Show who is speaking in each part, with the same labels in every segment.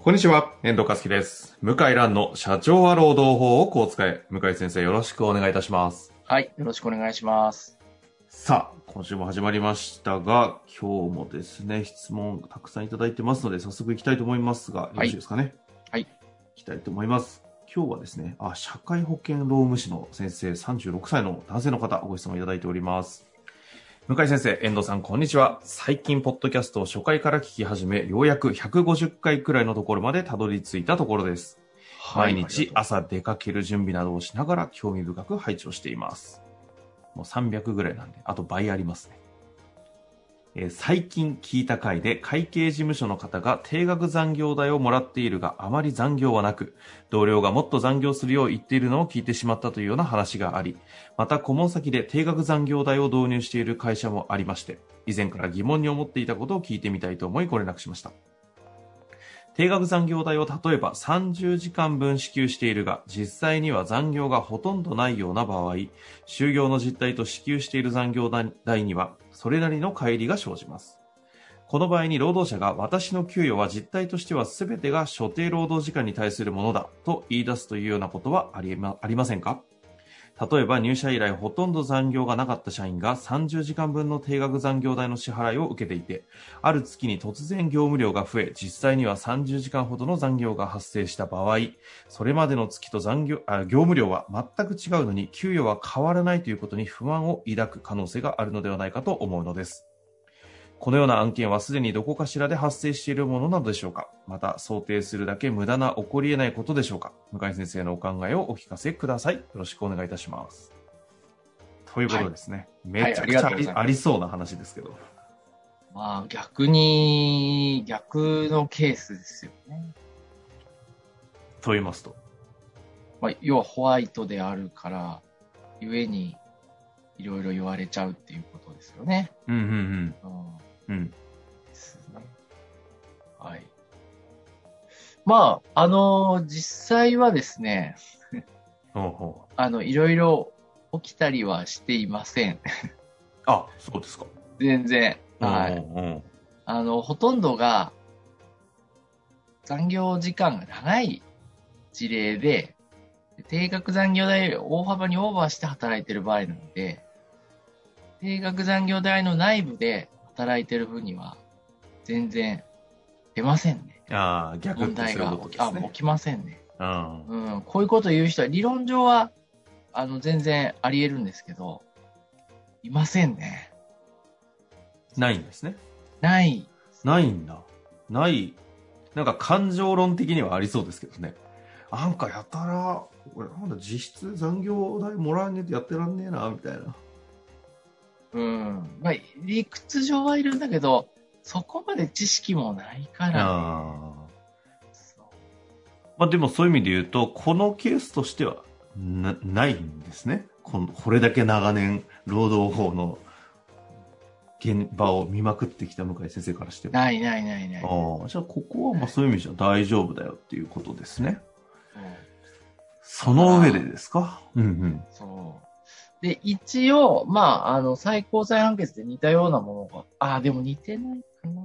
Speaker 1: こんにちは、遠藤和樹です。向井蘭の社長は労働法をこう使え。向井先生、よろしくお願いいたします。
Speaker 2: はい、よろしくお願いします。
Speaker 1: さあ、今週も始まりましたが、今日もですね、質問たくさんいただいてますので、早速行きたいと思いますが、よろしいですかね。
Speaker 2: はい。
Speaker 1: 行きたいと思います。今日はですね、あ、社会保険労務士の先生、36歳の男性の方、ご質問いただいております。向井先生、遠藤さん、こんにちは。最近、ポッドキャストを初回から聞き始め、ようやく150回くらいのところまでたどり着いたところです。毎日
Speaker 2: あ
Speaker 1: 朝出かける準備などをしながら興味深く拝聴しています。もう300ぐらいなんで、あと倍ありますね。えー最近聞いた回で会計事務所の方が定額残業代をもらっているがあまり残業はなく、同僚がもっと残業するよう言っているのを聞いてしまったというような話があり、また顧問先で定額残業代を導入している会社もありまして、以前から疑問に思っていたことを聞いてみたいと思いご連絡しました。定額残業代を例えば30時間分支給しているが、実際には残業がほとんどないような場合、就業の実態と支給している残業代には、それなりの乖離が生じます。この場合に労働者が私の給与は実態としては全てが所定労働時間に対するものだと言い出すというようなことはありえまありませんか例えば入社以来ほとんど残業がなかった社員が30時間分の定額残業代の支払いを受けていて、ある月に突然業務量が増え、実際には30時間ほどの残業が発生した場合、それまでの月と残業あ業務量は全く違うのに、給与は変わらないということに不安を抱く可能性があるのではないかと思うのです。このような案件はすでにどこかしらで発生しているものなのでしょうかまた、想定するだけ無駄な起こり得ないことでしょうか向井先生のお考えをお聞かせください。よろしくお願いいたします。ということですね。めちゃくちゃ
Speaker 2: ありがとう
Speaker 1: あ
Speaker 2: ござい
Speaker 1: り
Speaker 2: ます
Speaker 1: ありそうな話ですけど。
Speaker 2: まあ、逆に、逆のケースですよね。
Speaker 1: と言いますと。
Speaker 2: まあ、要はホワイトであるから、ゆえに、いろいろ言われちゃうっていうことですよね。
Speaker 1: うんうん
Speaker 2: うん。
Speaker 1: うん。うん。
Speaker 2: ですね。はい。まあ、あの実際はですね、
Speaker 1: ほうほう
Speaker 2: あの、いろいろ起きたりはしていません。
Speaker 1: あ、そうですか。
Speaker 2: 全然。はい。
Speaker 1: うんうんうん
Speaker 2: あの、ほとんどが、残業時間が長い事例で、定額残業代を大幅にオーバーして働いてる場合なので、定額残業代の内部で働いてる分には、全然出ませんね。
Speaker 1: ああ、逆っ
Speaker 2: 問
Speaker 1: て
Speaker 2: 題
Speaker 1: そうい
Speaker 2: が
Speaker 1: うこ
Speaker 2: 起
Speaker 1: とで
Speaker 2: き,、あ
Speaker 1: す
Speaker 2: 起
Speaker 1: ね。
Speaker 2: きませんね。
Speaker 1: うん。
Speaker 2: うん、こういうことを言う人は、理論上は、あの、全然あり得るんですけど、いませんね。
Speaker 1: ないんですね。
Speaker 2: ない。
Speaker 1: ないんだ。ない。なんか感情論的にはありそうですけどね。なんかやたら、俺なんだ実質残業代もらわねえとやってらんねえな、みたいな。
Speaker 2: うん。まあ、理屈上はいるんだけど、そこまで知識もないから、
Speaker 1: あ
Speaker 2: そう
Speaker 1: あ。まあでもそういう意味で言うと、このケースとしてはな、ないんですね。このこれだけ長年、労働法の現場を見まくってきた向井先生からしても。
Speaker 2: ないないないない。そ
Speaker 1: ああ、じゃあここはまあそういう意味じゃ大丈夫だよっていうことですね。
Speaker 2: う
Speaker 1: その上でですかうん
Speaker 2: そう。で、一応、まあ、あの、最高裁判決で似たようなものが、ああ、でも似てないかな。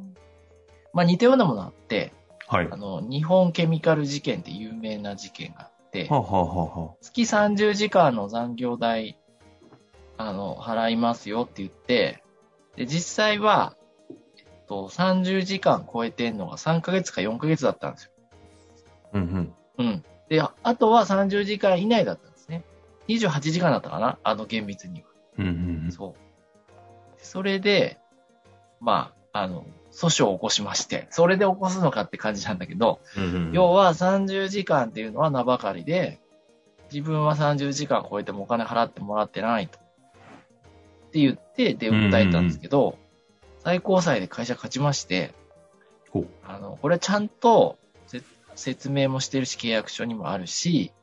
Speaker 2: まあ、似たようなものあって、
Speaker 1: はい。
Speaker 2: あ
Speaker 1: は
Speaker 2: の、日本ケミカル事件って有名な事件があって
Speaker 1: あ、はあはあは
Speaker 2: 月30時間の残業代、あの、払いますよって言って、で、実際は、えっと、30時間超えてんのが3ヶ月か4ヶ月だったんですよ。
Speaker 1: あ。うんうん。
Speaker 2: うん。で、ああとは30時間以内だったんですね。28時間だったかなあの厳密には。
Speaker 1: うんうん
Speaker 2: そう。それで、まあ、あの、訴訟を起こしまして、それで起こすのかって感じなんだけど、
Speaker 1: うんうんうん。
Speaker 2: 要は30時間っていうのは名ばかりで、自分は30時間超えてもお金払ってもらってないと。って言って、で、訴えたんですけど、最高裁で会社勝ちまして、
Speaker 1: ほう。
Speaker 2: あの、これはちゃんとせ説明もしてるし、契約書にもあるし、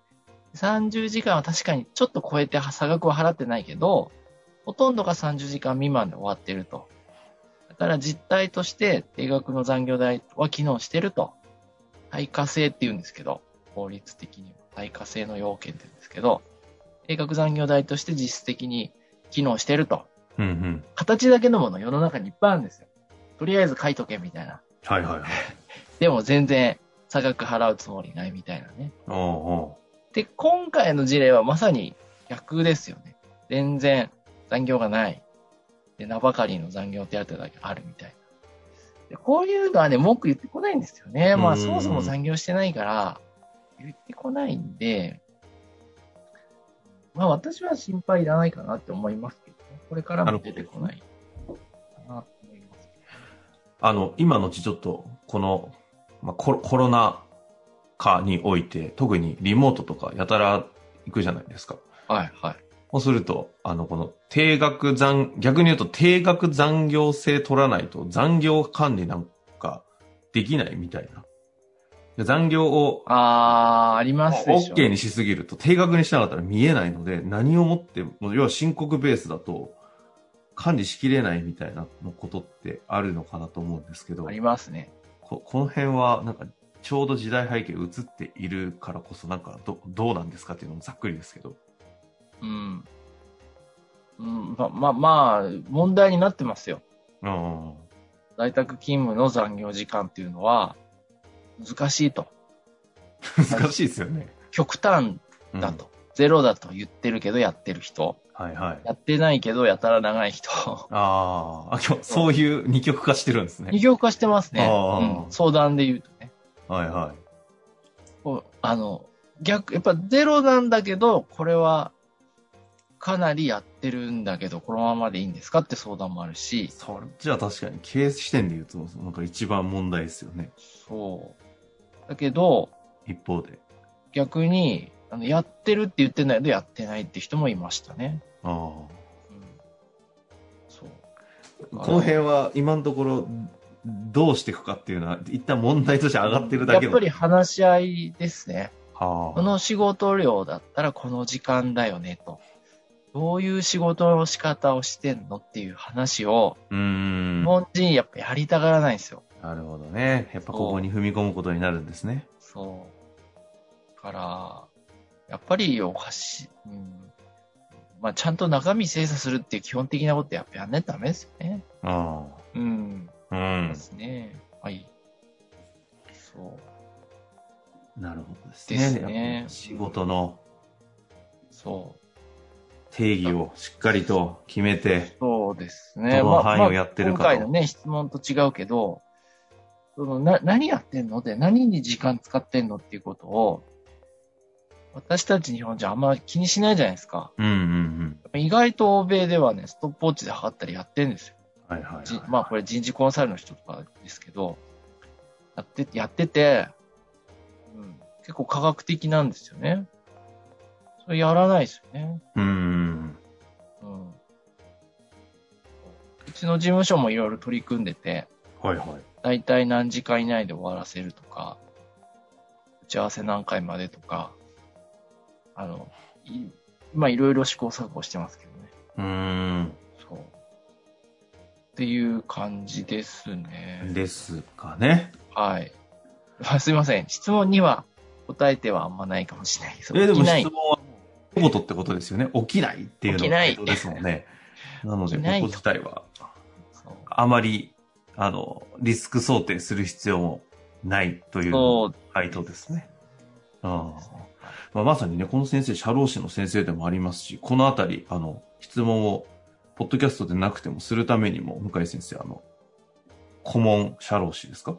Speaker 2: 30時間は確かにちょっと超えて差額は払ってないけど、ほとんどが30時間未満で終わってると。だから実態として定額の残業代は機能してると。対価性って言うんですけど、法律的には対価性の要件って言うんですけど、定額残業代として実質的に機能してると。
Speaker 1: うんうん。
Speaker 2: 形だけのもの世の中にいっぱいあるんですよ。とりあえず書いとけみたいな。
Speaker 1: はいはいはい。
Speaker 2: でも全然差額払うつもりないみたいなね。
Speaker 1: おうお
Speaker 2: で、今回の事例はまさに逆ですよね。全然残業がない。で、名ばかりの残業手当だけあるみたいな。で、こういうのはね、文句言ってこないんですよね。ま
Speaker 1: う
Speaker 2: あ、
Speaker 1: ん
Speaker 2: そもそも残業してないから、言ってこないんで、まあ、私は心配いらないかなって思いますけどね。これからも出てこないかなと思いま
Speaker 1: う
Speaker 2: す。
Speaker 1: あの、今のうちちょっと、この、まあ、コロコロナ禍において、特にリモートとかやたら行くじゃないですか。
Speaker 2: はい、はい。
Speaker 1: そうすると、あの、この定額残、逆に言うと定額残業制取らないと残業管理なんかできないみたいな。で残業を
Speaker 2: あー、ありますでしょ。
Speaker 1: OK にしすぎると定額にしなかったら見えないので、何をもっても、要は申告ベースだと管理しきれないみたいなのことってあるのかなと思うんですけど
Speaker 2: あ、りますね。
Speaker 1: ここの辺はなんかちょうど時代背景映っているからこそなんかどどうなんですかっていうのもざっくりですけど。
Speaker 2: うん。うん、ま、ま、まあ、問題になってますよ。
Speaker 1: うん。
Speaker 2: 在宅勤務の残業時間っていうのは、難しいと。
Speaker 1: 難しいですよね。
Speaker 2: 極端
Speaker 1: うん
Speaker 2: だと。。ゼロだと言ってるけどやってる人。
Speaker 1: はいはい。
Speaker 2: やってないけどやたら長い人。
Speaker 1: あーあ、今日そういう二極化してるんです
Speaker 2: 二
Speaker 1: ね。
Speaker 2: 極化してますね。
Speaker 1: あー
Speaker 2: うん。相談で言うとね。
Speaker 1: はいは
Speaker 2: こうあの、逆、やっぱゼロなんだけど、これは、かなりやってるんだけど、このままでいいんですかって相談もあるし
Speaker 1: い。、それじゃあ確かに経営視点で言うと、なんか一番問題ですよね。
Speaker 2: そう。だけど、
Speaker 1: 一方で。
Speaker 2: 逆に、あのやってるって言ってないけど、やってないって人もいましたね。
Speaker 1: ああ。
Speaker 2: うん、そう。
Speaker 1: この辺は今のところどうしていくかっていうのは一旦問題として上がってるだけ
Speaker 2: やっ
Speaker 1: の
Speaker 2: ぱり話し合いですね。
Speaker 1: は
Speaker 2: この仕事量だったらこの時間だよねと。どういう仕事の仕方をしてんのっていう話を、
Speaker 1: うーん
Speaker 2: 日本人やっぱやりたがらないんですよ。
Speaker 1: なるほどねやっぱここに踏み込むことになるんですね
Speaker 2: そう。だから、やっぱりおかしい。うん。まあ、ちゃんと中身精査するっていう基本的なことやっぱやんないとダメですよね。
Speaker 1: あ
Speaker 2: うん。
Speaker 1: あう
Speaker 2: で
Speaker 1: ん
Speaker 2: すね。はい。そう。
Speaker 1: なるほどです
Speaker 2: で
Speaker 1: ね
Speaker 2: すね
Speaker 1: やっぱ仕事の
Speaker 2: そう。
Speaker 1: 定義をしっかりと決めて
Speaker 2: そうですね。
Speaker 1: どの範囲を
Speaker 2: まあ
Speaker 1: やってるかと
Speaker 2: まあ今回のね、質問と違うけど、そのな何やってんのって、何に時間使ってんのっていうことを、私たち日本人あんま気にしないじゃないですか。
Speaker 1: うんうんうん
Speaker 2: やっぱ意外と欧米ではね、ストップウォッチで測ったりやってんですよ。
Speaker 1: はいはい、はい
Speaker 2: じ、まあこれ人事コンサルの人とかですけど、やって、やってて、うん、結構科学的なんですよね。それやらないですよね。
Speaker 1: うーん
Speaker 2: うんうちの事務所もいろいろ取り組んでて、
Speaker 1: はいはい
Speaker 2: だいたい何時間以内で終わらせるとか、打ち合わせ何回までとか、あの、い今いろいろ試行錯誤してますけどね。
Speaker 1: うーん
Speaker 2: そう。っていう感じですね。
Speaker 1: ですかね
Speaker 2: はい。 あすいません。質問には答えてはあんまないかもしれないです。
Speaker 1: えでも
Speaker 2: 起きな
Speaker 1: 質
Speaker 2: い
Speaker 1: 問。はお事ってことですよね起きないっていうの
Speaker 2: 起きな
Speaker 1: 回
Speaker 2: い
Speaker 1: 答ですもん ねなので
Speaker 2: 起
Speaker 1: こ
Speaker 2: きない
Speaker 1: こ自体は
Speaker 2: そう
Speaker 1: あまり、あの、リスク想定する必要もないという
Speaker 2: そう
Speaker 1: 回答ですね。あ
Speaker 2: ですね。
Speaker 1: まあ、まさにね、この先生、社労士の先生でもありますし、このあたり、あの、質問を、ポッドキャストでなくてもするためにも、向井先生、あの、顧問社労士ですか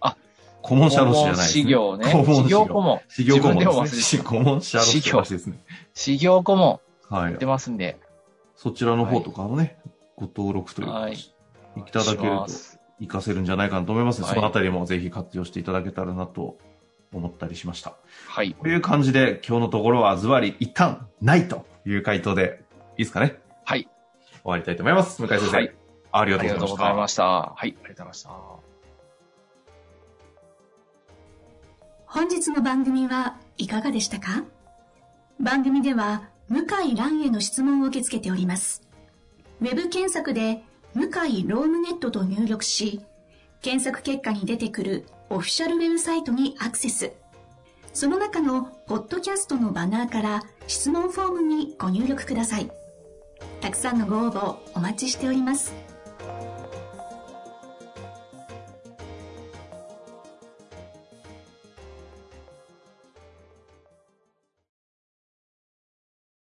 Speaker 2: あ、
Speaker 1: 顧問社労士じゃないです
Speaker 2: 修
Speaker 1: ね。
Speaker 2: 行ね。
Speaker 1: 顧問
Speaker 2: 修
Speaker 1: 修
Speaker 2: 行
Speaker 1: 行
Speaker 2: 顧問。
Speaker 1: 修行顧問
Speaker 2: 自分でも
Speaker 1: で
Speaker 2: 忘
Speaker 1: す
Speaker 2: れ
Speaker 1: ね。
Speaker 2: て
Speaker 1: 顧問社労士
Speaker 2: 修行
Speaker 1: ですね。
Speaker 2: 修行顧問。
Speaker 1: は
Speaker 2: やって
Speaker 1: い。
Speaker 2: ますんで。
Speaker 1: そちらの方とかもね、ご登録というか、
Speaker 2: はい
Speaker 1: いただけると
Speaker 2: お願いします
Speaker 1: 活かせるんじゃないかなと思います、ね
Speaker 2: はい
Speaker 1: そのあたりもぜひ活用していただけたらなと思ったりしました。
Speaker 2: はい。
Speaker 1: という感じで、今日のところはズバリ一旦ないという回答でいいですかね
Speaker 2: はい。
Speaker 1: 終わりたいと思います。向井先生、
Speaker 2: はい
Speaker 1: ありが
Speaker 2: あ
Speaker 1: と
Speaker 2: りが
Speaker 1: う
Speaker 2: と
Speaker 1: ご
Speaker 2: う
Speaker 1: ざいま
Speaker 2: ご
Speaker 1: した。
Speaker 2: ざいました。はい、ありがとうございました。
Speaker 3: 本日の番組はいかがでしたか番組では向井蘭への質問を受け付けております。ウェブ検索で向井ロームネットと入力し、検索結果に出てくるオフィシャルウェブサイトにアクセス。その中のポッドキャストのバナーから質問フォームにご入力ください。たくさんのご応募お待ちしております。